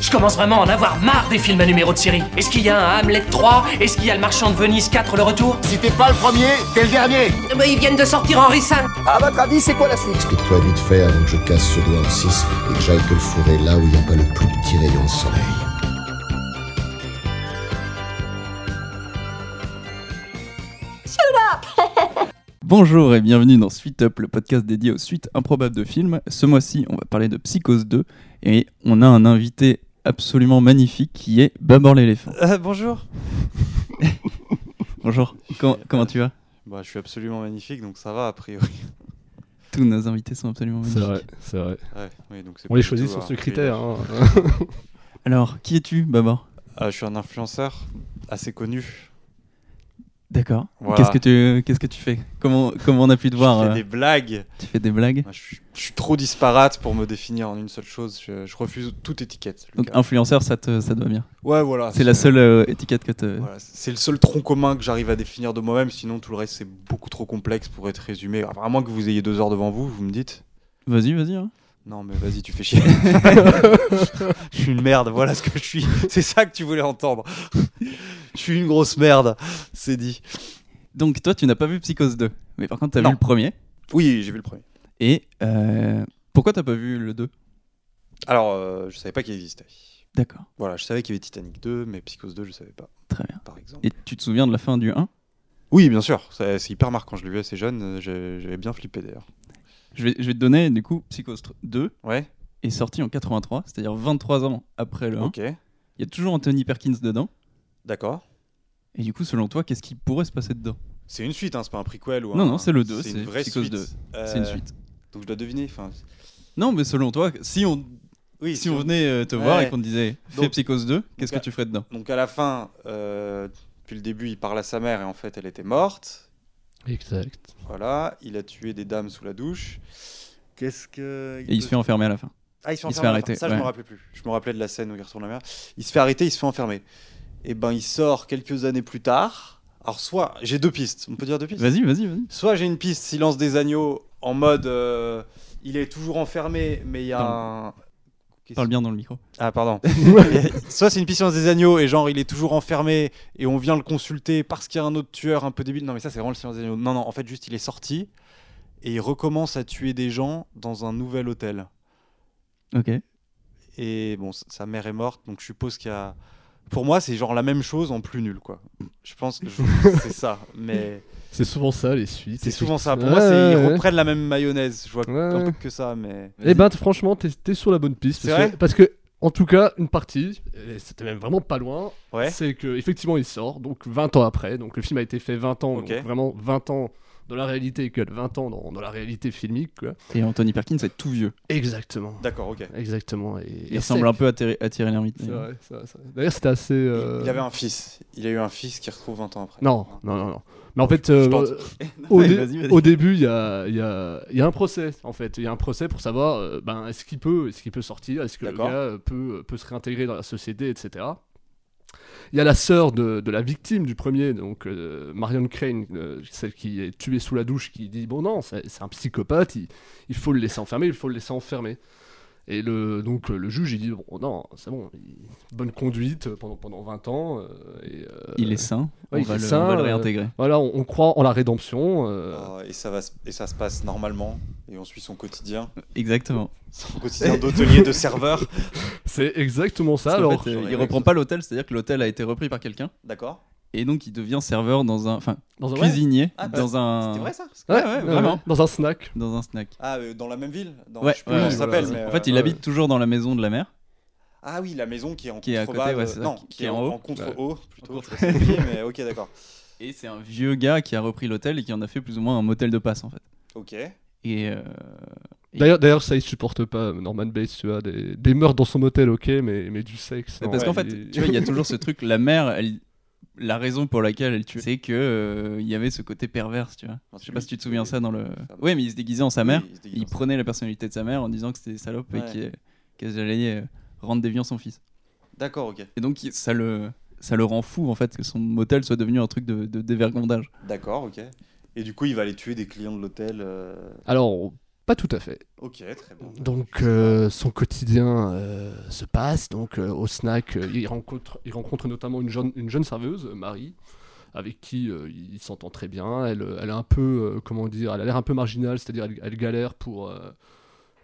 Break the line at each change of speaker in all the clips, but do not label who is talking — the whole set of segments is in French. Je commence vraiment à en avoir marre des films à numéro de série. Est-ce qu'il y a un Hamlet 3 Est-ce qu'il y a le Marchand de Venise 4 Le Retour
Si t'es pas le premier, t'es le dernier
Mais Eh ben, ils viennent de sortir Henri V.
À votre avis, c'est quoi la suite
Explique-toi vite fait avant que je casse ce doigt en 6 et que j'aille te le fourrer là où il n'y a pas le plus petit rayon de soleil.
Bonjour et bienvenue dans Suite Up, le podcast dédié aux suites improbables de films. Ce mois-ci, on va parler de Psychose 2 et on a un invité absolument magnifique qui est Babor l'éléphant.
Euh, bonjour.
Bonjour, comment, comment tu vas
Bah, je suis absolument magnifique, donc ça va a priori.
Tous nos invités sont absolument
C'est
magnifiques.
vrai, c'est vrai.
Ouais, oui, donc c'est
On les
pas du
choisit
tout
sur
un
ce critère.
privilège.
hein.
Alors, qui es-tu, Babor
Euh, je suis un influenceur assez connu.
D'accord.
Voilà.
Qu'est-ce que tu qu'est-ce que tu fais Comment comment on a pu te voir
je fais
hein.
euh,
des blagues.
Tu fais des blagues
Moi, je, suis, je suis trop disparate pour me définir en une seule chose. Je, je refuse toute étiquette.
Donc
Lucas.
influenceur, ça te ça te va bien.
ouais, voilà.
C'est la seule euh, étiquette que te
voilà, c'est le seul tronc commun que j'arrive à définir de moi-même. Sinon, tout le reste, c'est beaucoup trop complexe pour être résumé. À moins que vous ayez deux heures devant vous, vous me dites.
Vas-y, vas-y. hein.
Non, mais vas-y, tu fais chier. je suis une merde, voilà ce que je suis. C'est ça que tu voulais entendre. je suis une grosse merde, c'est dit.
Donc toi, tu n'as pas vu Psychose 2, mais par contre, tu as
Non.
vu le premier
Oui, j'ai vu le premier.
et euh, pourquoi t'as pas vu le 2
Alors, euh, je savais pas qu'il existait.
D'accord.
Voilà, je savais qu'il y avait Titanic 2, mais Psychose 2, je savais pas,
Très bien.
par exemple.
Et tu te souviens de la fin du 1
Oui, bien sûr, c'est c'est hyper marquant. Je l'ai vu assez jeune, euh, j'ai- j'avais bien flippé d'ailleurs.
je vais, je vais te donner, du coup, Psychose 2
Ouais,
est sorti en 83, c'est-à-dire 23 ans après le 1.
ok,
Il y a toujours Anthony Perkins dedans.
d'accord.
Et du coup, selon toi, qu'est-ce qui pourrait se passer dedans
C'est une suite, hein, c'est pas un prequel ou
Non,
un-
non, c'est le 2,
une
c'est
vraie
Psychose
suite.
2, C'est une
Euh,
suite.
Donc je dois deviner. Enfin,
Non, mais selon toi, si on,
oui,
si on venait euh, te voir
Ouais.
et qu'on te disait fais
Donc-
Psychose 2, qu'est-ce que
Donc,
tu ferais dedans
Donc à la fin, euh, depuis le début, il parle à sa mère et en fait, elle était morte.
Exact.
Voilà, il a tué des dames sous la douche. Qu'est-ce que
Et il se fait enfermer à la fin.
Ah, il se fait,
il se fait
enfermer à la
arrêter,
fin. Ça,
ouais.
je me rappelais plus. Je me rappelais de la scène où il retourne la mer. Il se fait arrêter, il se fait enfermer. Et ben, il sort quelques années plus tard. Alors soit j'ai deux pistes. On peut dire deux pistes.
Vas-y, vas-y, vas-y.
Soit j'ai une piste Silence des agneaux en mode euh, il est toujours enfermé, mais il y a un
Parle bien dans le micro.
ah pardon. Soit c'est une piste Silence des agneaux et genre il est toujours enfermé et on vient le consulter parce qu'il y a un autre tueur un peu débile. Non mais ça c'est vraiment le silence des agneaux. Non non en fait juste il est sorti et il recommence à tuer des gens dans un nouvel hôtel.
Ok.
Et bon s- sa mère est morte donc je suppose qu'il y a. Pour moi c'est genre la même chose en plus nul quoi. Je pense que je- c'est ça mais
C'est souvent ça les suites.
c'est souvent ça. Pour
Ouais,
moi c'est ils
ouais, ouais.
reprennent la même mayonnaise. Je vois un
Ouais.
peu que ça mais.
Eh ben, t- franchement, t'es- t'es sur la bonne piste.
C'est
Parce,
vrai
que, parce que, en tout cas, une partie, et c'était même vraiment pas loin,
Ouais.
c'est que effectivement il sort, donc 20 ans après. Donc le film a été fait 20 ans,
Ok.
donc vraiment 20 ans dans la réalité et que 20 ans dans, dans la réalité filmique. Quoi.
Et Anthony Perkins est tout vieux.
Exactement.
D'accord ok.
Exactement. Et,
Il ressemble un peu à Thierry à Thierry Lhermitte.
C'est
d'ailleurs.
vrai, c'est vrai, c'est vrai. D'ailleurs, c'était assez. euh,
Il, il avait un fils. Il a eu un fils qui retrouve 20 ans après.
Non, non, non, non. Mais en fait,
Je
euh,
tente.
au,
Ouais,
dé-
vas-y, vas-y.
au début, il y a, il y a- il y a un procès, en fait. Il y a un procès pour savoir, euh, ben, est-ce qu'il peut, est-ce qu'il peut sortir, est-ce que le
D'accord.
gars euh, peut, euh, peut se réintégrer dans la société, etc. Il y a la sœur de, de la victime du premier, donc euh, Marion Crane, euh, celle qui est tuée sous la douche, qui dit bon non, c'est c'est un psychopathe, il, il faut le laisser enfermer, il faut le laisser enfermer. Et le, donc euh, le juge, il dit bon non, c'est bon, il- bonne conduite pendant, pendant 20 ans. euh, et, euh,
Il est sain. on,
ouais, il
va
est
le, on
sain,
va le
euh,
réintégrer.
Voilà, on, on croit en la rédemption. euh,
Ah.
Euh, et, ça va, s- et ça se passe normalement. Et on suit son quotidien.
Exactement.
Son quotidien d'hôtelier, de serveur.
C'est exactement ça.
Parce qu'en
Alors,
fait, euh,
j'aurais
il
aimé
reprend pas l'hôtel, c'est-à-dire que l'hôtel a été repris par quelqu'un.
D'accord
Et donc, il devient serveur dans un. Enfin,
dans un
cuisinier
Ah, bah,
dans un.
C'était vrai ça
Ouais,
Ouais, ouais, vraiment.
Dans un snack.
Dans un snack.
Ah, euh, dans la même ville dans,
Ouais,
Je sais plus comment
ouais,
ça s'appelle.
voilà.
mais,
en fait,
euh,
il
ouais.
habite toujours dans la maison de la mère.
Ah oui, la maison qui est en
Qui est à côté,
contrebas,
ouais,
euh,
c'est ça,
non,
qui-
qui,
qui
est
est
en,
en haut.
en contre-haut plutôt.
En
je sais pas si c'est oublié, mais ok, d'accord.
Et c'est un vieux gars qui a repris l'hôtel et qui en a fait plus ou moins un motel de passe en fait.
Ok.
Et euh, Et-
D'ailleurs, d'ailleurs, ça, il supporte pas. euh, Norman Bates, tu vois, des, des meurtres dans son motel, ok, mais, mais du sexe. non.
parce qu'en fait,
Il-
tu vois, il y a toujours ce truc, la mère, elle- la raison pour laquelle elle tue, c'est que euh, il y avait ce côté pervers, tu vois.
Enfin,
Je sais
celui
pas si tu te
qui-
souviens ça dans le.
va.
Ouais, mais il se déguisait en sa mère.
Oui, il se déguise
Il
dans ça.
prenait la personnalité de sa mère en disant que c'était des salopes
Ouais.
et qu'il- qu'elle allait euh, rendre déviant son fils.
D'accord, ok.
Et donc, il- ça le, ça le rend fou en fait que son motel soit devenu un truc de, de dévergondage.
D'accord, ok. Et du coup, il va aller tuer des clients de l'hôtel. euh,
Alors, on Pas tout à fait.
Ok, très bien.
Donc euh, son quotidien euh, se passe. Donc euh, au snack, euh, il rencontre, il rencontre notamment une jeune, une jeune serveuse, euh, Marie, avec qui euh, il s'entend très bien. Elle, euh, elle a un peu, euh, comment dire, elle a l'air un peu marginale, c'est-à-dire elle, elle galère pour. euh,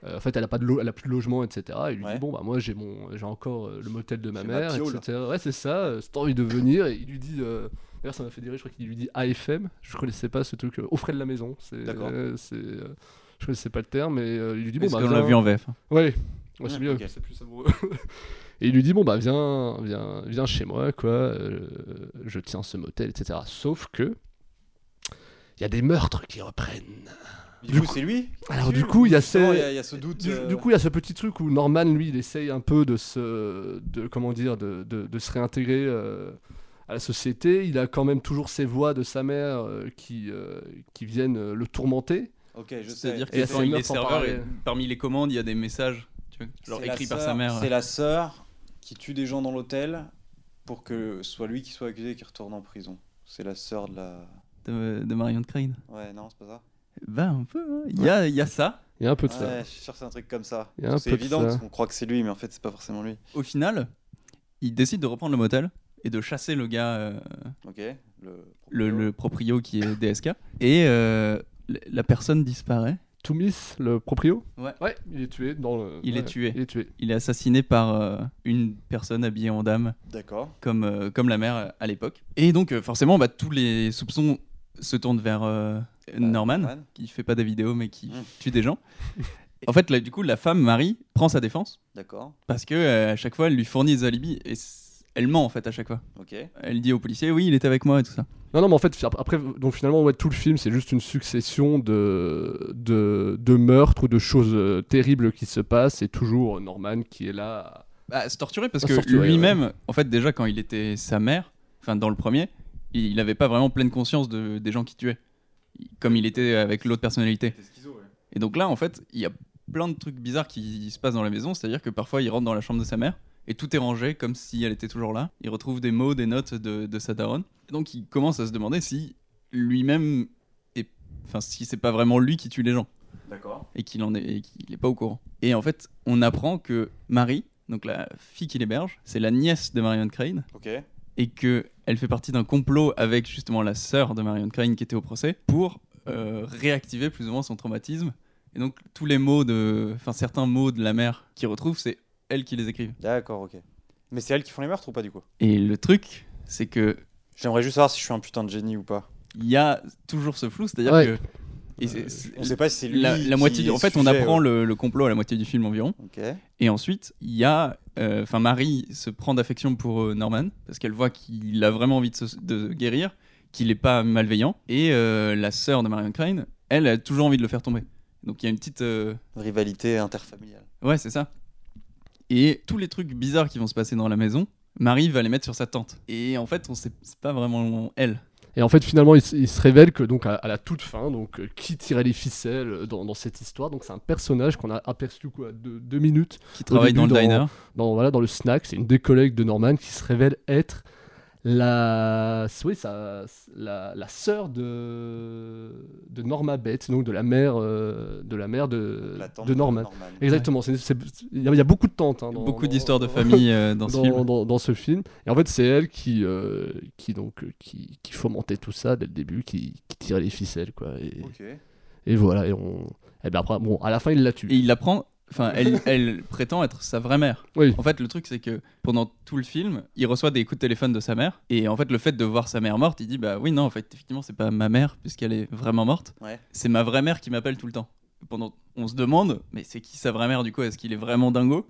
euh, en fait, elle a pas de lo- elle a plus de logement, etc. Et il lui
Ouais.
dit bon bah moi j'ai mon, j'ai encore euh, le motel de ma
J'ai ma
mère,
piole.
etc. Ouais c'est ça. euh, si t'as envie de venir, et il lui dit. euh, D'ailleurs, ça m'a fait dire, je crois qu'il lui dit AFM. Je connaissais pas ce truc, euh, aux frais de la maison. C'est,
D'accord.
euh, c'est, euh, je connaissais pas le terme, mais euh, il lui dit bon
Parce
bah.
qu'on l'a
viens.
vu en hein. VF.
Ouais, ouais, c'est
Ouais,
mieux,
Ah, ok.
c'est plus savoureux. Et il lui dit bon bah viens, viens, viens chez moi quoi, euh, je tiens ce motel etc. Sauf que il y a des meurtres qui reprennent.
Du,
Du
coup, c'est lui
Alors du coup il y a
Justement, il y
ce,
a- il y a ce doute.
du,
euh,
du coup il y a ce petit truc où Norman lui il essaye un peu de se, de comment dire, de, de- de se réintégrer euh, à la société. Il a quand même toujours ces voix de sa mère euh, qui, euh, qui viennent euh, le tourmenter.
Ok, je sais.
C'est-à-dire
Et
que
c'est
quand
une
il est
meuf en
serveur, et
parallèle.
parmi les commandes, il y a des messages tu vois, genre
C'est la
écrits par
sœur-
sa mère.
C'est la sœur qui tue des gens dans l'hôtel pour que ce soit lui qui soit accusé et qui retourne en prison. C'est la sœur de la.
euh, de, de Marion Crane.
Ouais, non, c'est pas ça. Ah,
Bah, un peu. hein. Il y, a, il y a ça.
Il y a un peu de ça.
Ouais, je suis sûr que c'est un truc comme ça.
Il y a un
C'est
peu de
évident
ça.
parce qu'on croit que c'est lui, mais en fait, c'est pas forcément lui.
Au final, il décide de reprendre le motel et de chasser le gars, euh,
Ok. Le.
le, le proprio qui est DSK. Et euh, l- la personne disparaît.
Toumis, le proprio
Ouais.
Ouais, il est tué dans le.
Il est
ouais,
tué.
Il est tué.
Il est assassiné par euh, une personne habillée en dame,
D'accord.
comme, euh, comme la mère euh, à l'époque. Et donc, euh, forcément, bah, tous les soupçons se tournent vers euh,
Bah,
Norman. qui fait pas des vidéos mais qui
Mm.
tue des gens. en fait, là, du coup, la femme, Marie, prend sa défense
D'accord.
parce que euh, à chaque fois, elle lui fournit des alibis et c- elle ment en fait à chaque fois.
Ok.
Elle dit au policier, oui, il était avec moi et tout ça.
Non, non, mais en fait, fi- après, donc finalement, ouais, tout le film, c'est juste une succession de, de, de meurtres ou de choses euh, terribles qui se passent. C'est toujours euh, Norman qui est là.
Bah, c'est torturé parce
Ah,
que
se torturer,
lui-même, en fait, déjà quand il était sa mère, enfin dans le premier, il il avait pas vraiment pleine conscience de, des gens qui tuaient, Il- comme il était avec l'autre personnalité. Et donc là, en fait, il y a plein de trucs bizarres qui se passent dans la maison, c'est-à-dire que parfois il rentre dans la chambre de sa mère et tout est rangé comme si elle était toujours là. Il retrouve des mots, des notes de, de sa daronne. Et donc il commence à se demander si lui-même est. Enfin, si c'est pas vraiment lui qui tue les gens
D'accord.
et qu'il en est, et qu'il est pas au courant. Et en fait, on apprend que Marie, donc la fille qu'il héberge, c'est la nièce de Marion Crane
Ok.
et que elle fait partie d'un complot avec justement la sœur de Marion Crane qui était au procès pour euh, réactiver plus ou moins son traumatisme. Et donc tous les mots de, enfin certains mots de la mère qu'il retrouve, c'est elle qui les écrive.
D'accord, ok. Mais c'est elle qui font les meurtres ou pas du coup
Et le truc, c'est que
J'aimerais juste savoir si je suis un putain de génie ou pas.
il y a toujours ce flou, c'est-à-dire
Ouais.
que et c'est-
Euh,
c'est-
On sait pas si c'est lui.
la, la
qui
moitié,
est
du- en fait, on
sujet,
apprend
ouais.
le- le complot à la moitié du film environ.
Ok.
Et ensuite, il y a. euh, Enfin, Marie se prend d'affection pour euh, Norman, parce qu'elle voit qu'il a vraiment envie de, se- de guérir, qu'il n'est pas malveillant. Et euh, la sœur de Marion Crane, elle a toujours envie de le faire tomber. Donc il y a une petite. euh,
Rivalité interfamiliale.
Ouais, c'est ça. Et tous les trucs bizarres qui vont se passer dans la maison, Marie va les mettre sur sa tante. Et en fait, on sait c'est pas vraiment elle.
Et en fait, finalement, il, se- il se révèle que, donc, à, à la toute fin, donc, euh, qui tirait les ficelles euh, dans, dans cette histoire Donc, c'est un personnage qu'on a aperçu, quoi, deux, deux minutes
Qui travaille dans
début,
le diner.
dans, voilà, dans le snack. C'est une des collègues de Norman qui se révèle être la, oui, sa- la, la sœur de, de Norma Beth, donc de la mère, euh, de, la mère de,
La tante
de Norman.
Norman.
Exactement, c'est- c'est- il y, a- il y a beaucoup de tantes. hein, dans-
Beaucoup
dans-
d'histoires de famille euh, dans ce
dans,
film.
dans- dans ce film. Et en fait, c'est elle qui, euh, qui, donc, euh, qui, qui fomentait tout ça dès le début, qui, qui tirait les ficelles. Quoi. Et,
Ok.
et voilà, et on. Et ben après, bon, à la fin, il la tue.
Et il la prend. Enfin, elle, elle prétend être sa vraie mère.
Oui.
En fait, le truc, c'est que pendant tout le film, il reçoit des coups de téléphone de sa mère. Et en fait, le fait de voir sa mère morte, il dit Bah oui, non, en fait, effectivement, c'est pas ma mère, puisqu'elle est vraiment morte.
Ouais.
C'est ma vraie mère qui m'appelle tout le temps. Pendant... On se demande Mais c'est qui sa vraie mère, du coup Est-ce qu'il est vraiment dingo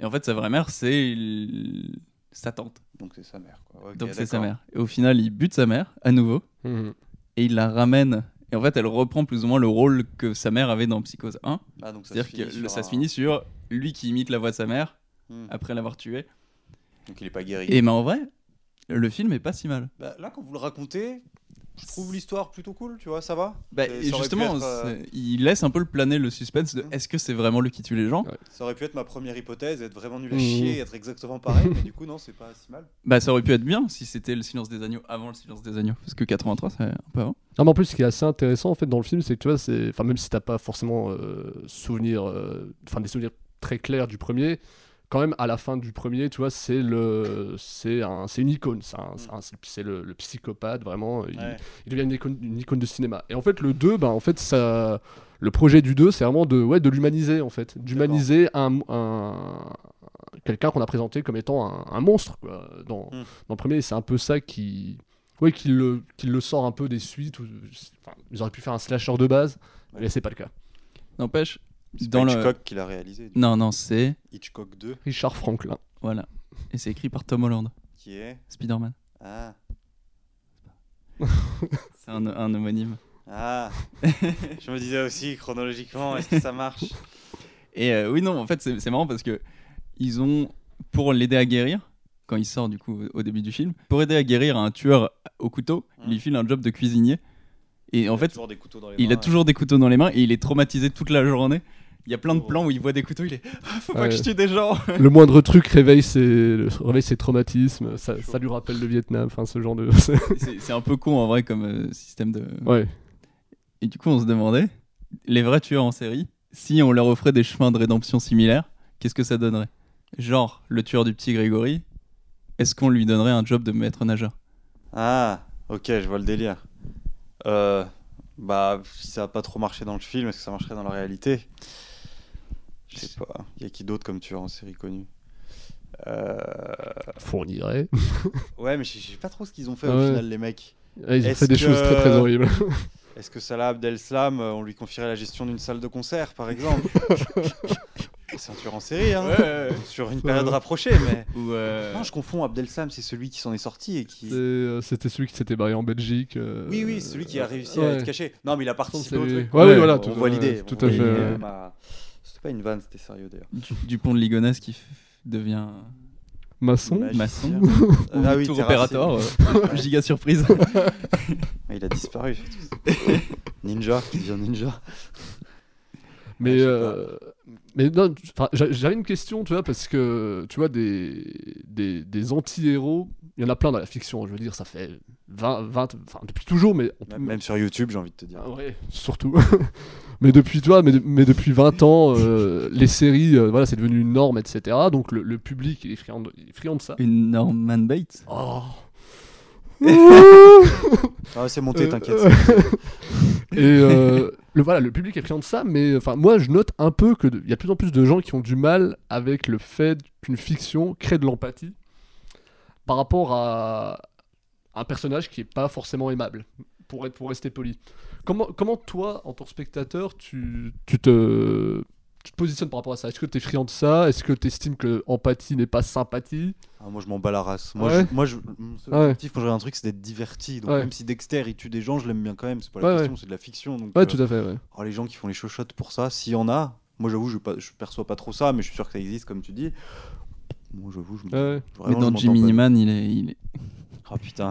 Et en fait, sa vraie mère, c'est l- sa tante.
Donc c'est sa mère. Quoi. Ok,
Donc, c'est sa
d'accord.
mère. Et au final, il bute sa mère, à nouveau,
Mhm.
et il la ramène. Et en fait, elle reprend plus ou moins le rôle que sa mère avait dans Psychose 1.
Ah, donc ça se
C'est-à-dire
finit.
que
sur
le- ça
un-
se finit sur lui qui imite la voix de sa mère
Hmm.
après l'avoir tué.
Donc il est pas guéri.
Et ben en vrai, le film est pas si mal.
Bah, là, quand vous le racontez, je trouve l'histoire plutôt cool, tu vois, ça va
Bah,
Ça
et
aurait pu
justement,
être, euh,
c'est- il laisse un peu le planer le suspense de
Mhm.
est-ce que c'est vraiment lui qui tue les gens
Ouais.
Ça aurait pu être ma première hypothèse, être vraiment nul à
Mmh.
Mhm.
chier, être exactement pareil, mais du coup, non, c'est pas si mal.
Bah ça aurait pu être bien si c'était le silence des agneaux avant le silence des agneaux parce que 83 c'est un peu avant.
Non, mais en plus, ce qui est assez intéressant en fait dans le film, c'est que tu vois, c'est, enfin, même si t'as pas forcément euh, souvenir, euh, enfin des souvenirs très clairs du premier, quand même à la fin du premier, tu vois, c'est le, c'est un, c'est une icône, c'est, un- c'est un- c'est le, le psychopathe vraiment. Il,
Ouais.
il devient une icône, une icône de cinéma. Et en fait, le 2, bah, en fait, ça, le projet du 2, c'est vraiment de, ouais, de l'humaniser en fait, d'humaniser un, un- quelqu'un qu'on a présenté comme étant un, un monstre quoi, dans,
Mm.
dans le premier. Et C'est un peu ça qui, ouais, qui le, qui le sort un peu des suites. Où, enfin, ils auraient pu faire un slasher de base,
Ouais.
mais c'est pas le cas.
N'empêche,
C'est
dans
pas
le.
Hitchcock qui l'a réalisé. du
Non, non, c'est.
coup. Hitchcock 2,
Richard Franklin.
Voilà. Et c'est écrit par Tom Holland,
qui est.
Spider-Man.
Ah.
C'est un, un homonyme.
Ah. Je me disais aussi, chronologiquement, est-ce que ça marche
Et euh, oui, non, en fait, c'est c'est marrant parce que ils ont, pour l'aider à guérir, quand il sort du coup au début du film, pour aider à guérir un tueur au couteau,
Mhm.
il lui file un job de cuisinier. Et en
Il a
fait,
toujours des couteaux dans les
il a
mains,
toujours des couteaux dans les mains et il est traumatisé toute la journée. Il y a plein de
Oh.
plans où il voit des couteaux, il est Ah, Faut pas
Ouais.
que je tue des gens
le moindre truc réveille ses, le- réveille ses traumatismes, ça, ça lui rappelle le Vietnam, enfin ce genre de.
C'est c'est un peu con en vrai comme euh, système de.
ouais.
Et du coup, on se demandait, les vrais tueurs en série, si on leur offrait des chemins de rédemption similaires, qu'est-ce que ça donnerait Genre, le tueur du petit Grégory, est-ce qu'on lui donnerait un job de maître nageur
Ah, ok, je vois le délire. Euh, bah, si ça a pas trop marché dans le film, est-ce que ça marcherait dans la réalité Je sais pas. Il y a qui d'autre comme tueur en série connu Euh,
Fournirait.
Ouais, mais je je sais pas trop ce qu'ils ont fait
Ouais.
au final, les mecs.
Ah, ils ont
Est-ce
fait des choses très très
que-
horribles.
Est-ce que Salah Abdel-Slam, euh, on lui confierait la gestion d'une salle de concert, par exemple C'est un tueur en série, hein Sur une période
Ouais.
rapprochée, mais.
Ou euh,
Non, je confonds. Abdel-Sam, c'est celui qui s'en est sorti et qui.
C'est, euh, C'était celui qui s'était barré en Belgique. euh,
Oui, oui, celui qui a réussi à
ouais.
être caché. Non, mais il a participé
c'est
au
lui.
truc.
Ouais, oui, voilà,
on
tout-
voit
ouais,
l'idée.
tout
on
à
voit
fait,
l'idée,
ouais.
ma- C'était pas une vanne, c'était sérieux d'ailleurs.
Dupont de Ligonnès qui f- devient
Maçon.
Magique.
maçon
Ah
ou
oui,
tour
terrassier.
opérateur, euh, giga surprise.
Mais il a disparu. surtout. ninja, qui devient ninja.
Mais,
je sais
euh, mais non, tu- enfin, j'a- j'avais une question, tu vois, parce que tu vois, des, des, des anti-héros, il y en a plein dans la fiction, je veux dire, ça fait 20, 20 enfin, depuis toujours, mais on peut-
Même, même sur YouTube, j'ai envie de te dire.
Ah ouais, surtout. mais depuis toi, mais, de- mais depuis 20 ans, euh, les séries, euh, voilà, c'est devenu une norme, etc. Donc le, le public, il est friand de, il est friand de ça.
Une Norman Bates.
Oh.
Ah, c'est monté,
Euh,
t'inquiète.
euh, Et euh, le, voilà, le public est friand de ça, mais enfin, moi, je note un peu que de- il y a de plus en plus de gens qui ont du mal avec le fait qu'une fiction crée de l'empathie par rapport à un personnage qui est pas forcément aimable, pour, être, pour rester poli. Comment, comment toi, en tant que spectateur, tu, tu te, tu te positionnes par rapport à ça Est-ce que tu es friand de ça Est-ce que tu estimes que empathie n'est pas sympathie
Ah, moi, je m'en bats la race. Moi,
Ouais.
je, moi je, mon seul
Ouais.
objectif quand je regarde un truc, c'est d'être diverti. Donc,
Ouais.
même si Dexter, il tue des gens, je l'aime bien quand même. C'est pas la
Ouais,
question, c'est de la fiction. Donc, euh,
Ouais, tout à fait, ouais.
Oh, les gens qui font les chochottes pour ça, s'il y en a, moi j'avoue, je, pas- je perçois pas trop ça, mais je suis sûr que ça existe, comme tu dis. Moi j'avoue, je me.
Ouais.
Mais
vraiment, je
dans
m'entends
Jimmy
pas.
Neman, il est, il est-
Oh putain.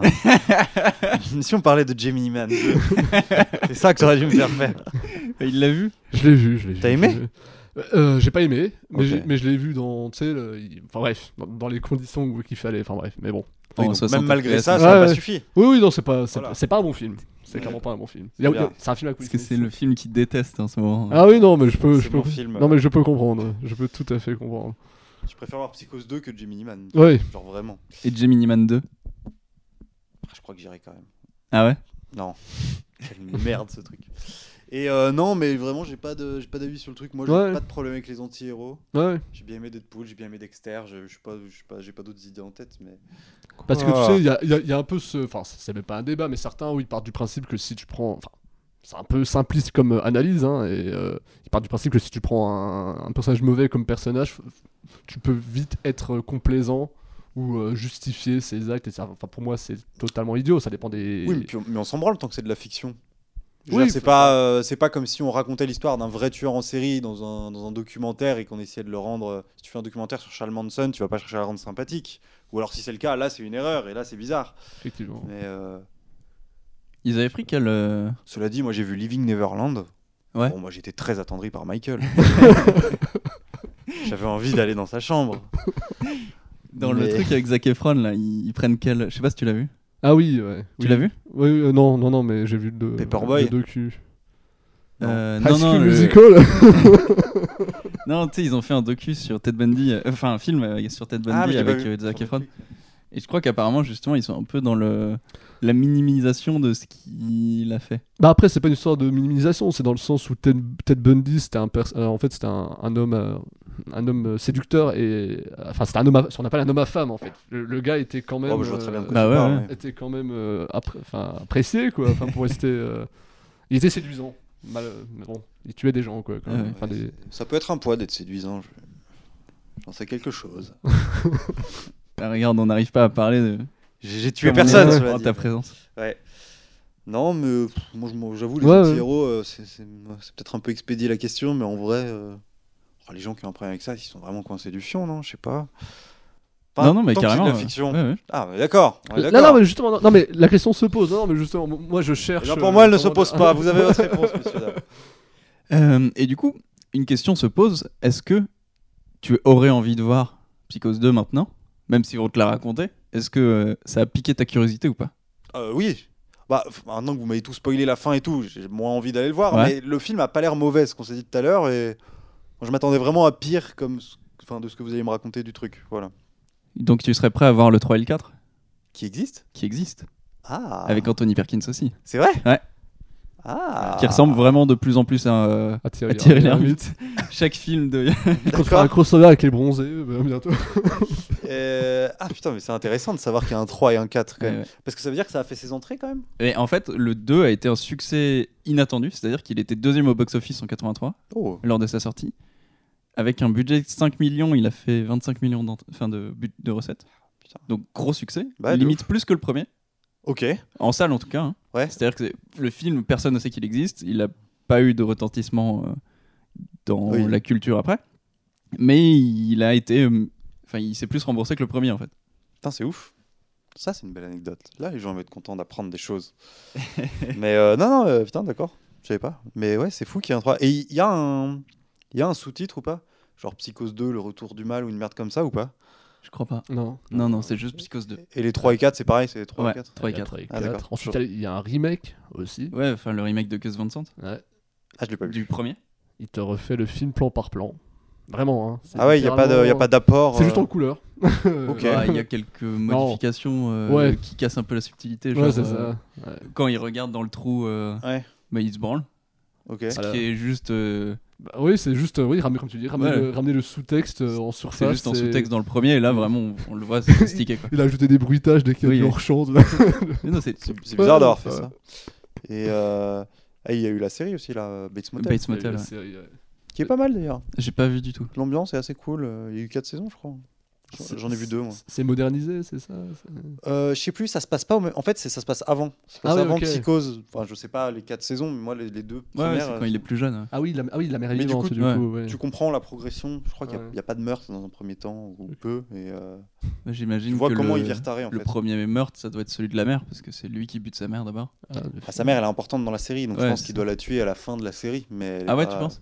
si on parlait de Jimmy Man, Oh, c'est ça que t'aurais dû me faire faire.
il l'a vu
Je l'ai vu, je l'ai vu.
T'as aimé
je l'ai vu. Euh, J'ai pas aimé, mais
Ok.
j'ai- mais je l'ai vu dans, tu sais, le- il- enfin bref, dans, dans les conditions où- qu'il fallait, enfin bref, mais bon.
en
Oui, donc,
60
même malgré ça,
Oh, FPS.
ça n'a
Ouais,
pas
ouais.
suffi.
Oui, oui, non, c'est pas, c'est
Voilà.
pas- c'est pas un bon film. C'est
Ouais.
clairement pas un bon film.
C'est
Il y a-
bien.
C'est un film à Will
Parce que
Smith.
c'est le film qu'il déteste en ce moment.
Ah oui, non, mais je peux,
C'est
je peux,
mon film.
non mais je peux comprendre, je peux tout à fait comprendre.
Je préfère voir Psychose 2 que Jimmy Man.
Oui,
Genre vraiment.
Et Jimmy Neman 2.
Ah, Je crois que j'irai quand même.
Ah ouais
Non. Quelle merde ce truc. Et euh, non, mais vraiment, j'ai pas de- j'ai pas d'avis sur le truc. Moi, j'ai
Ouais.
pas de problème avec les anti-héros.
ouais.
J'ai bien aimé Deadpool, j'ai bien aimé Dexter. Je je suis pas, je suis pas, j'ai pas d'autres idées en tête, mais.
Parce que
Ah.
tu sais, il y a, il y a- il y a un peu ce, enfin, c'est même pas un débat, mais certains où ils partent du principe que si tu prends, enfin, c'est un peu simpliste comme euh, analyse, hein, et euh, ils partent du principe que si tu prends un, un personnage mauvais comme personnage, f- tu peux vite être euh, complaisant ou euh, justifier ses actes. Et ça, enfin, pour moi, c'est totalement idiot. Ça dépend des.
Oui, mais, puis on, mais on s'en branle tant que c'est de la fiction. Je veux
Oui,
dire, c'est
faut-
pas, euh, c'est pas comme si on racontait l'histoire d'un vrai tueur en série dans un, dans un documentaire et qu'on essayait de le rendre. euh, Si tu fais un documentaire sur Charles Manson, tu vas pas chercher à le rendre sympathique. Ou alors si c'est le cas, là c'est une erreur et là c'est bizarre.
Effectivement.
Mais euh,
Ils avaient pris quel. euh,
cela dit, moi j'ai vu Living Neverland.
Ouais.
Bon, moi j'étais très attendri par Michael. J'avais envie d'aller dans sa chambre.
Dans le
Mais-
truc avec Zac Efron, là, ils, ils prennent quel. Je sais pas si tu l'as vu.
Ah oui, ouais.
Tu l'as vu
Oui, oui, euh, non, non, non, mais j'ai vu le deux.
Paperboy.
le deux culs. Non.
Euh,
High
non,
School
non, le-
Musical.
non, tu sais, ils ont fait un docu sur Ted Bundy, euh, enfin un film euh, sur Ted
Ah, mais
Bundy
j'ai pas
avec
vu.
euh, Zac Efron. Et je crois qu'apparemment, justement, ils sont un peu dans le la minimisation de ce qu'il a fait.
Bah après, c'est pas une histoire de minimisation, c'est dans le sens où Ted, Ted Bundy, c'était un pers- euh, en fait, c'était un, un homme, euh, un homme euh, séducteur et euh, enfin, c'était un homme, à- ce qu'on appelle un homme à femme en fait. Le, le gars était quand même, euh,
Oh, bah, je vois très bien de quoi
bah
tu
ouais,
parles,
ouais.
mais-
était quand même euh, appré- enfin, apprécié quoi, enfin pour rester, euh, il était séduisant. Mal- mais bon, il tuait des gens quoi. quand
Ah
même.
ouais.
Enfin, des-
Ça peut être un poids d'être séduisant. je- J'en sais quelque chose.
Bah, regarde, on n'arrive pas à parler de.
J'ai j'ai tué
Comme
personne.
on est-
cela
en
dit.
ta présence.
Ouais. Non, mais pff, moi, je m'en- j'avoue, les
Ouais, ouais.
anti-héros, euh, c'est c'est- c'est peut-être un peu expédié la question, mais en vrai, euh, oh, les gens qui ont un problème avec ça, ils sont vraiment coincés du fion, non Je sais pas. Enfin,
non, non, mais
tant que c'est de
carrément. euh,
la fiction.
ouais, ouais.
Ah, mais d'accord. on est
Là,
d'accord.
non, mais justement, non, non, mais la question se pose. Non, mais justement, moi je
Eh
cherche.
bien, pour moi, elle ne
euh,
se pose
comment-
pas. Vous avez votre réponse, monsieur. dame.
Euh, et du coup, une question se pose est-ce que tu aurais envie de voir Psychose 2 maintenant, même si on te l'a raconté Est-ce que euh, ça a piqué ta curiosité ou pas
Euh, oui. Bah, f- maintenant que vous m'avez tout spoilé la fin et tout, j'ai moins envie d'aller le voir.
Ouais.
Mais le film a pas l'air mauvais, ce qu'on s'est dit tout à l'heure. Et moi, je m'attendais vraiment à pire comme... ce- enfin, de ce que vous allez me raconter du truc. Voilà.
Donc tu serais prêt à voir le 3 et le 4
Qui existe
qui existe,
Ah
avec Anthony Perkins aussi,
C'est vrai
Ouais.
Ah
qui ressemble vraiment de plus en plus à, euh,
Ah, Thierry,
à Thierry
Lhermitte.
Lhermitte. Chaque film de.
Il compte faire un crossover avec les bronzés euh, bientôt.
Euh, Ah putain, mais c'est intéressant de savoir qu'il y a un 3 et un 4 quand même. Parce que ça veut dire que ça a fait ses entrées quand même
Et en fait, le 2 a été un succès inattendu, c'est-à-dire qu'il était deuxième au box-office en 83
Oh
lors de sa sortie. Avec un budget de 5 millions, il a fait 25 millions d'ent- enfin, de, but- de recettes.
Ah, Putain.
Donc gros succès,
Bah, de
limite plus que le premier,
Ok.
en salle en tout cas. hein.
Ouais.
C'est-à-dire que c'est- le film, personne ne sait qu'il existe, il n'a pas eu de retentissement euh, dans
Oui.
la culture après. Mais il a été... euh, Enfin, il s'est plus remboursé que le premier en fait.
Putain, c'est ouf. Ça, c'est une belle anecdote. Là, les gens vont être contents d'apprendre des choses. mais euh, non, non, euh, putain, d'accord. Je savais pas. Mais ouais, c'est fou qu'il y ait un 3. Et il y a un, il y a un sous-titre ou pas Genre Psychose 2, le retour du mal ou une merde comme ça ou pas
Je crois pas.
Non.
Non, non, c'est juste Psychose 2.
Et les 3 et 4, c'est pareil, c'est les 3
ouais,
et 4.
3 et
Il y a
4.
trois et
Ah,
quatre.
d'accord.
Ensuite, il y a un remake aussi.
Ouais, enfin le remake de Gus Van Sant,
Ouais.
Ah, je l'ai pas vu.
du premier.
Il te refait le film plan par plan. Vraiment, hein. C'est
Ah ouais, il n'y a pas de- il y a
littéralement-
pas d'apport.
C'est juste
euh,
en couleur.
Ok.
Bah, Il y a quelques modifications euh,
Ouais.
qui cassent un peu la subtilité. Genre,
Ouais, c'est
euh,
ça.
Quand il regarde dans le trou, euh,
Ouais.
bah, il se branle.
Ok.
Ce
Alors-
qui est juste, euh,
Bah oui, c'est juste, euh, oui, ramener, comme tu dis, ramener,
Ouais.
le, ramener le sous-texte euh, en
c'est
surface.
juste en
c'est-
sous-texte dans le premier. Et là, vraiment, on, on le voit sophistiqué. Quoi.
Il a ajouté des bruitages dès qu'il y a
Oui,
du
oui.
hors-champ.
Mais non, c'est
C'est c'est bizarre d'avoir fait
Ouais.
ça. Et euh, ah, il y a eu la série aussi, là, euh, Bates Motel,
Bates Motel. ouais.
euh,
qui est pas mal d'ailleurs.
J'ai pas vu du tout.
L'ambiance est assez cool. euh, Il y a eu 4 saisons, je crois. J'en- J'en ai vu deux, moi.
C'est modernisé, c'est ça c'est-
Euh, je sais plus, ça se passe pas. au même- En fait, c'est- ça se passe avant. Ça se
Ah
passe
oui,
avant
ok.
Psychose. Enfin, je sais pas les quatre saisons, mais moi les, les deux
Ouais, ouais,
premières.
c'est
euh,
quand il est plus jeune. ouais.
Ah oui, la, ah oui, la mère
Mais du
vivante,
coup,
du coup.
ouais.
ouais.
Tu comprends la progression. Je crois qu'il
Ouais.
n'y a, pas de meurtre dans un premier temps ou peu. Et euh,
Bah,
tu
J'imagine
vois
que
comment
le,
il vire taré en
le
fait.
premier meurtre, ça doit être celui de la mère, parce que c'est lui qui bute sa mère d'abord.
Ah,
Ah, sa mère, elle est importante dans la série, donc je
Ouais,
pense
c'est
qu'il doit la tuer à la fin de la série. Mais elle est
Ah ouais,
pas-
tu penses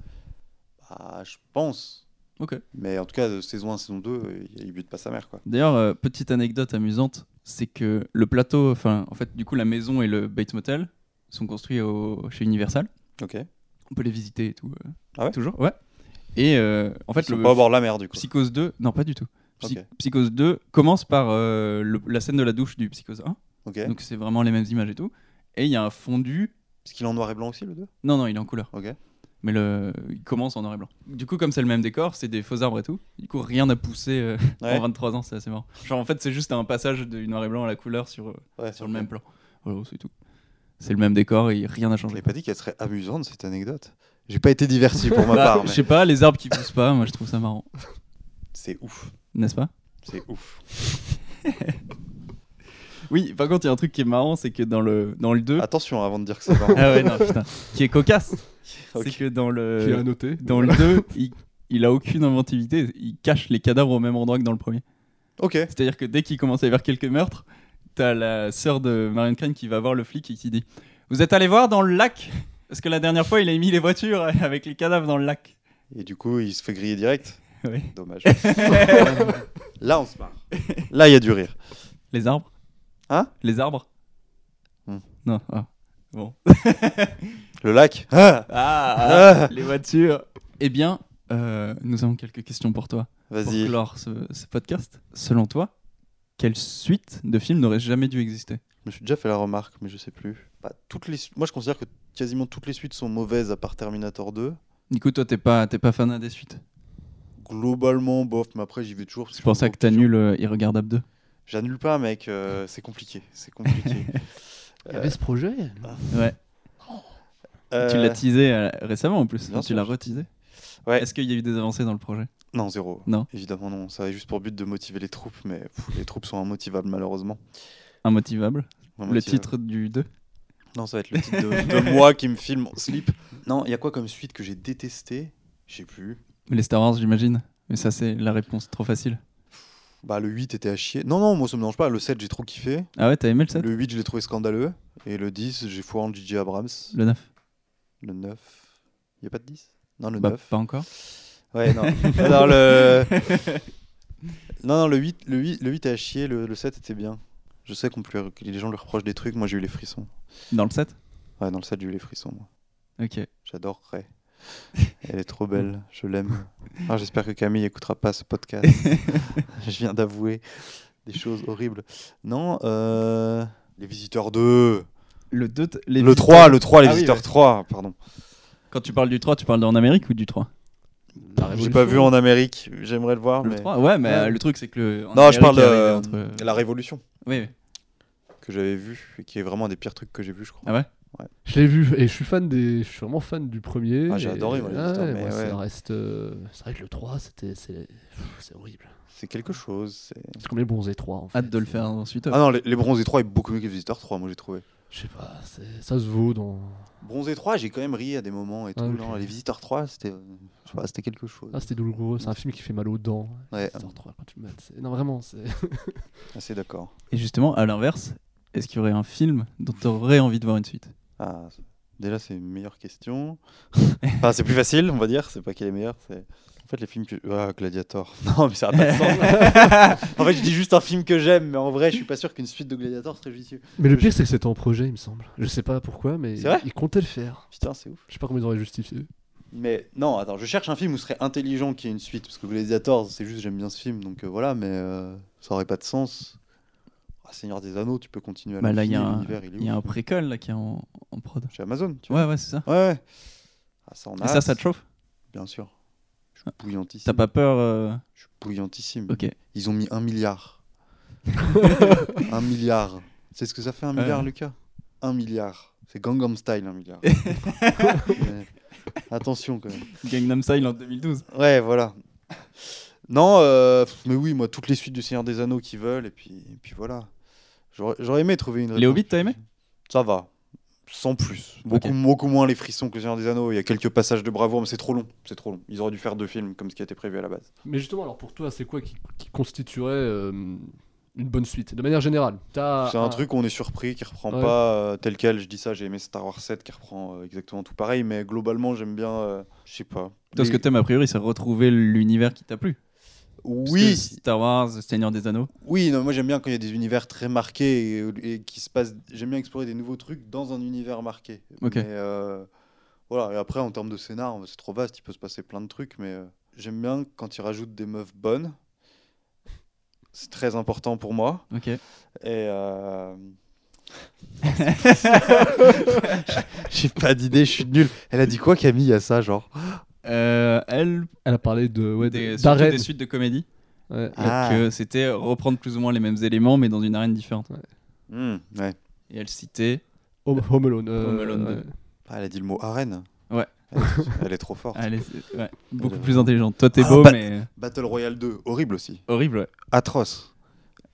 Bah, Je pense.
Ok.
Mais en tout cas, de saison 1, saison 2, euh, il bute pas sa mère quoi.
D'ailleurs, euh, petite anecdote amusante, c'est que le plateau, enfin, en fait, du coup, la maison et le Bates Motel sont construits au- chez Universal.
Ok.
On peut les visiter et tout. euh,
Ah ouais
Toujours Ouais. Et euh, en fait,
Ils sont
le
pas au bord de la mer du coup.
Psychose 2, non, pas du tout. Psy-
Ok.
Psychose 2 commence par euh, le- la scène de la douche du Psychose 1.
Ok.
Donc, c'est vraiment les mêmes images et tout. Et il y a un fondu.
Parce qu'il est en noir et blanc aussi le 2
Non, non, il est en couleur.
Ok.
Mais le... il commence en noir et blanc. Du coup, comme c'est le même décor, c'est des faux arbres et tout. Du coup, rien n'a poussé euh,
Ouais.
en 23 ans, c'est assez marrant. Genre, en fait, c'est juste un passage du noir et blanc à la couleur sur, euh,
Ouais,
sur
ok.
le même plan. Voilà, c'est tout. C'est le même décor et rien n'a
Je
changé.
n'ai pas dit qu'elle serait amusante cette anecdote. J'ai pas été diverti pour ma
Bah,
part.
je
mais
sais pas, les arbres qui poussent pas, moi je trouve ça marrant,
C'est ouf.
n'est-ce pas
C'est ouf.
Oui, par contre, il y a un truc qui est marrant, c'est que dans le, dans le 2.
Attention avant de dire que c'est marrant.
Ah ouais, non, putain. Qui est cocasse.
Ok.
C'est que dans
Qui
euh,
est à
le,
noter.
dans le 2, il, il a aucune inventivité. Il cache les cadavres au même endroit que dans le premier.
Ok.
C'est-à-dire que dès qu'il commence à y avoir quelques meurtres, t'as la sœur de Marion Crane qui va voir le flic et qui dit Vous êtes allé voir dans le lac Parce que la dernière fois, il a mis les voitures avec les cadavres dans le lac.
Et du coup, il se fait griller direct.
Ouais.
Dommage. Là, on se marre. Là, il y a du rire.
les arbres
Hein
Les arbres Non. ah. Bon.
Le lac
Ah,
Ah,
ah.
les voitures. Eh bien, euh, nous avons quelques questions pour toi. Pour
Vas-y.
clore ce, ce podcast, selon toi, quelle suite de films n'aurait jamais dû exister
Je me suis déjà fait la remarque, mais je sais plus. Bah, toutes les... su- Moi, je considère que quasiment toutes les suites sont mauvaises à part Terminator 2.
Nico, toi, t'es pas, t'es pas fan des suites.
Globalement, bof, mais après, j'y vais toujours. parce
C'est
que
pour
je
ça
trouve
que t'annules euh, Irregardable 2.
J'annule pas, mec. euh, c'est compliqué. C'est compliqué.
Il y avait ce projet.
Ouais. Tu
Euh,
l'as teasé euh, récemment en plus.
Bien
tu
sûr.
l'as reteasé.
Ouais.
Est-ce qu'il y a eu des avancées dans le projet
Non, zéro.
Non.
Évidemment, non. Ça avait juste pour but de motiver les troupes, mais pff, les troupes sont immotivables, malheureusement.
Immotivable.
Non,
Le
motivable.
titre du 2.
Non, ça va être le titre de, de moi qui me filme en slip. Non, il y a quoi comme suite que j'ai détesté Je sais plus.
Les Star Wars, j'imagine. Mais ça, c'est la réponse trop facile.
Bah, le 8 était à chier. Non, non, moi ça me dérange pas. Le 7, j'ai trop kiffé.
Ah ouais, t'as aimé le 7
Le 8, je l'ai trouvé scandaleux. Et le 10, j'ai foi en JJ Abrams.
Le 9
Le 9. Il a pas de 10 Non, le
Bah,
9.
pas encore.
Ouais, non. Ah, non, le... non, non, le 8, le 8, le 8 est à chier. Le, le 7 était bien. Je sais qu'on peut- que les gens lui reprochent des trucs. Moi, j'ai eu les frissons.
Dans le 7
Ouais, dans le 7, j'ai eu les frissons, moi.
Ok.
J'adore Ray. Elle est trop belle, je l'aime. Ah, J'espère que Camille écoutera pas ce podcast. je viens d'avouer des choses horribles. Non, euh, les Visiteurs 2.
Le 2,
le 3, le 3, les
Ah oui,
Visiteurs
ouais.
3, pardon.
Quand tu parles du 3, tu parles d'en Amérique ou du 3
Bah,
J'ai pas vu en Amérique, j'aimerais le voir.
Le
mais...
3 Ouais, mais
Ouais.
euh, le truc, c'est que le. en
Non, je
Amérique,
parle
il arrive
euh,
entre-
La Révolution
Oui, oui.
que j'avais vue et qui est vraiment un des pires trucs que j'ai vu, je crois.
Ah ouais
Je l'ai vu et je suis fan des. Je suis vraiment fan du premier.
Ah, j'ai adoré, moi, les
Ouais,
histoires, mais
moi,
ouais.
Ça reste. euh, C'est vrai que le 3, c'était. C'est pff, c'est horrible.
C'est quelque chose. c'est-
C'est comme les bons étroits. En fait.
Hâte de le faire ensuite.
Ah non, les, les Bronzés 3 est beaucoup mieux que les Visiteurs 3, moi j'ai trouvé.
Je sais pas, c'est- ça se vaut dans.
Bronzés 3, j'ai quand même ri à des moments et tout.
Ah, ok.
non, les Visiteurs 3, c'était euh, je sais pas, c'était quelque chose.
Ah, c'était douloureux, c'est un film qui fait mal aux dents.
Ouais.
3 quand tu le mates, c'est- Non, vraiment, c'est.
assez d'accord.
Et justement, à l'inverse, est-ce qu'il y aurait un film dont tu aurais envie de voir une suite
Ah, c- déjà, c'est une meilleure question. enfin, c'est plus facile, on va dire. C'est pas qu'il est meilleur. C'est... En fait, les films que. Ah, Gladiator. Non, mais ça n'a pas de sens. en fait, je dis juste un film que j'aime, mais en vrai, je suis pas sûr qu'une suite de Gladiator serait judicieux.
Mais le pire, c'est que c'était en projet, il me semble. Je sais pas pourquoi, mais
C'est vrai
ils comptaient le faire.
Putain, c'est ouf.
Je sais pas comment ils auraient justifié.
Mais non, attends, je cherche un film où ce serait intelligent qu'il y ait une suite. Parce que Gladiator, c'est juste j'aime bien ce film, donc euh, voilà, mais euh, ça aurait pas de sens. Ah, Seigneur des Anneaux, tu peux continuer à
Bah là, il y a
l'infini,
un-
l'univers, il est
Il y a
ouf.
un préquel là qui est en, en prod.
Chez Amazon, tu vois.
Ouais, ouais, c'est ça.
Ouais, ouais. Ah, ça, on a.
Et ça, ça
hâte,
te chauffe
Bien sûr. Je suis
Ah. T'as
bouillantissime.
pas peur euh,
Je suis bouillantissime.
Ok.
Ils ont mis un milliard. un milliard. C'est ce que ça fait un
Ouais.
milliard, Lucas Un milliard. C'est Gangnam Style, un milliard. Mais Attention quand même.
Gangnam Style en 2012.
Ouais, voilà. Non, euh, pff, mais oui, moi, toutes les suites du Seigneur des Anneaux qui veulent, et puis, et puis voilà. J'aurais j'aurais aimé trouver une réponse.
Les Hobbits, t'as aimé
Ça va. Sans plus. Beaucoup,
Ok.
beaucoup moins les frissons que le Seigneur des Anneaux. Il y a quelques passages de bravoure, mais c'est trop long. C'est trop long. Ils auraient dû faire deux films, comme ce qui était prévu à la base.
Mais justement, alors pour toi, c'est quoi qui, qui constituerait euh, une bonne suite De manière générale, t'as.
C'est un truc où on est surpris, qui reprend
Ah, Ouais.
pas euh, tel quel. Je dis ça, j'ai aimé Star Wars 7 qui reprend euh, exactement tout pareil, mais globalement, j'aime bien. euh, je sais pas.
Toi, ce que
Les-
t'aimes a priori, c'est retrouver l'univers qui t'a plu. Parce que
Oui,
Star Wars, Seigneur des Anneaux.
oui non, moi j'aime bien quand il y a des univers très marqués et, et qui se passe. J'aime bien explorer des nouveaux trucs dans un univers marqué.
Ok.
Mais, euh, voilà, et après, en termes de scénar, c'est trop vaste, il peut se passer plein de trucs, mais euh, j'aime bien quand ils rajoutent des meufs bonnes. C'est très important pour moi.
Ok.
Et. euh, J'ai pas d'idée, je suis nul. Elle a dit quoi, Camille, à ça, genre
Euh, elle,
Elle a parlé de. Ouais,
des, surtout
d'arène.
des suites de comédie.
Ouais.
Ah.
Donc, euh, c'était reprendre plus ou moins les mêmes éléments, mais dans une arène différente.
Hmm, ouais.
Et elle citait.
Home, Home Alone. euh,
Home Alone
ouais.
deux.
Ah, elle a dit le mot arène.
Ouais.
Elle, elle est trop forte.
elle est- ouais, beaucoup
Elle est-
plus intelligente. Toi, t'es
Ah,
beau,
bah-
mais
Battle Royale 2, horrible aussi.
horrible. ouais.
Atroce.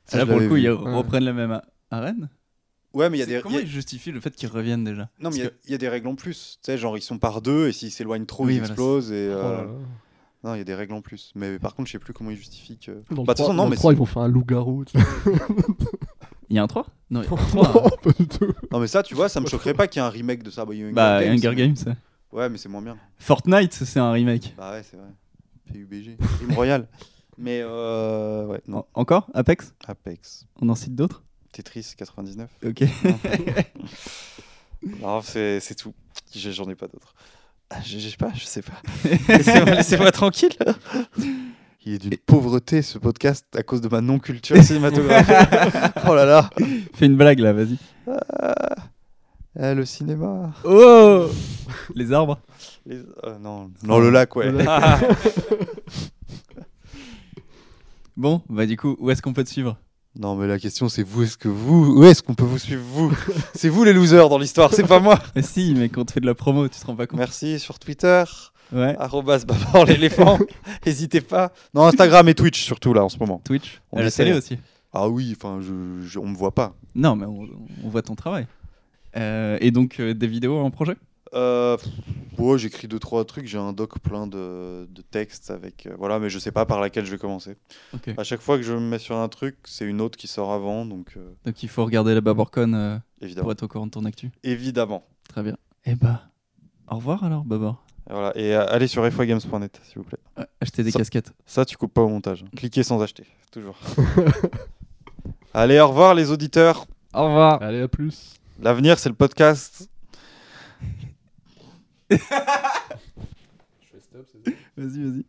Ça,
Ah, Là,
je
pour le
l'avais
coup,
vu.
ils reprennent la même a- arène.
Ouais, mais il y a des.
Comment
il y a-
ils justifient le fait qu'ils reviennent déjà
Non, mais il y, a-
Parce
il y a des règles en plus. Tu sais, genre, ils sont par deux, et s'ils s'éloignent trop,
Oui,
ils
voilà,
explosent. Et,
Oh
euh,
là là.
Non, il y a des règles en plus. Mais par contre, je sais plus comment ils justifient que.
Dans le
Bah, de toute façon,
trois-
non,
dans le
mais
trois, ils vont faire un loup-garou. tu sais.
Il y a un 3 Non, il y a un
Non,
3.
pas du tout.
Non, mais ça, tu vois, ça me choquerait pas qu'il y ait un remake de ça. Bah, il y a Hunger
bah,
Games,
Hunger
mais-
Games. ça.
Ouais, mais c'est moins bien.
Fortnite, c'est un remake.
Bah ouais, c'est vrai. PUBG, Team Royal. Mais euh, ouais, non,
En- Encore Apex
Apex.
On en cite d'autres
Tetris 99.
Ok.
Non, c'est c'est tout. J'ai- J'en ai pas d'autres. Ah, Je je sais pas, je sais pas. Laissez-moi laissez-moi tranquille. Il est d'une pauvreté ce podcast à cause de ma non-culture cinématographique. oh là là.
Fais une blague là, vas-y.
Ah, le cinéma.
Oh Les arbres
Les- euh, non. non, le lac, ouais.
Bon, bah du coup, où est-ce qu'on peut te suivre
non, mais la question c'est vous, est-ce que vous, où est-ce qu'on peut vous suivre vous C'est vous les losers dans l'histoire, c'est pas moi.
Mais si, mais quand on te fait de la promo, tu te rends pas compte.
Merci sur Twitter.
Ouais.
Arrobas Babar l'éléphant. N'hésitez pas. Non, Instagram et Twitch surtout là en ce moment.
Twitch,
On
à la
essaie.
télé aussi.
Ah oui, enfin, je, je- on me voit pas.
Non, mais on, on voit ton travail. Euh, et donc, euh, des vidéos en projet
Euh, pff, ouais, j'écris deux trois trucs. J'ai un doc plein de, de textes avec euh, voilà, mais je sais pas par laquelle je vais commencer.
Ok.
À chaque fois que je me mets sur un truc, c'est une autre qui sort avant, donc euh,
Donc il faut regarder la Baborcon euh,
évidemment.
pour être au courant de ton actu.
Évidemment.
Très bien. Eh bah, au revoir alors, Babor.
Et Voilà. Et euh, allez sur fgames.net s'il vous plaît.
Ah, Achetez des
Ça-
casquettes.
Ça, tu coupes pas au montage. hein. Cliquez sans acheter, toujours. allez, au revoir les auditeurs.
Au
Ah.
revoir.
Allez, à plus.
L'avenir, c'est le podcast.
Vas-y, vas-y.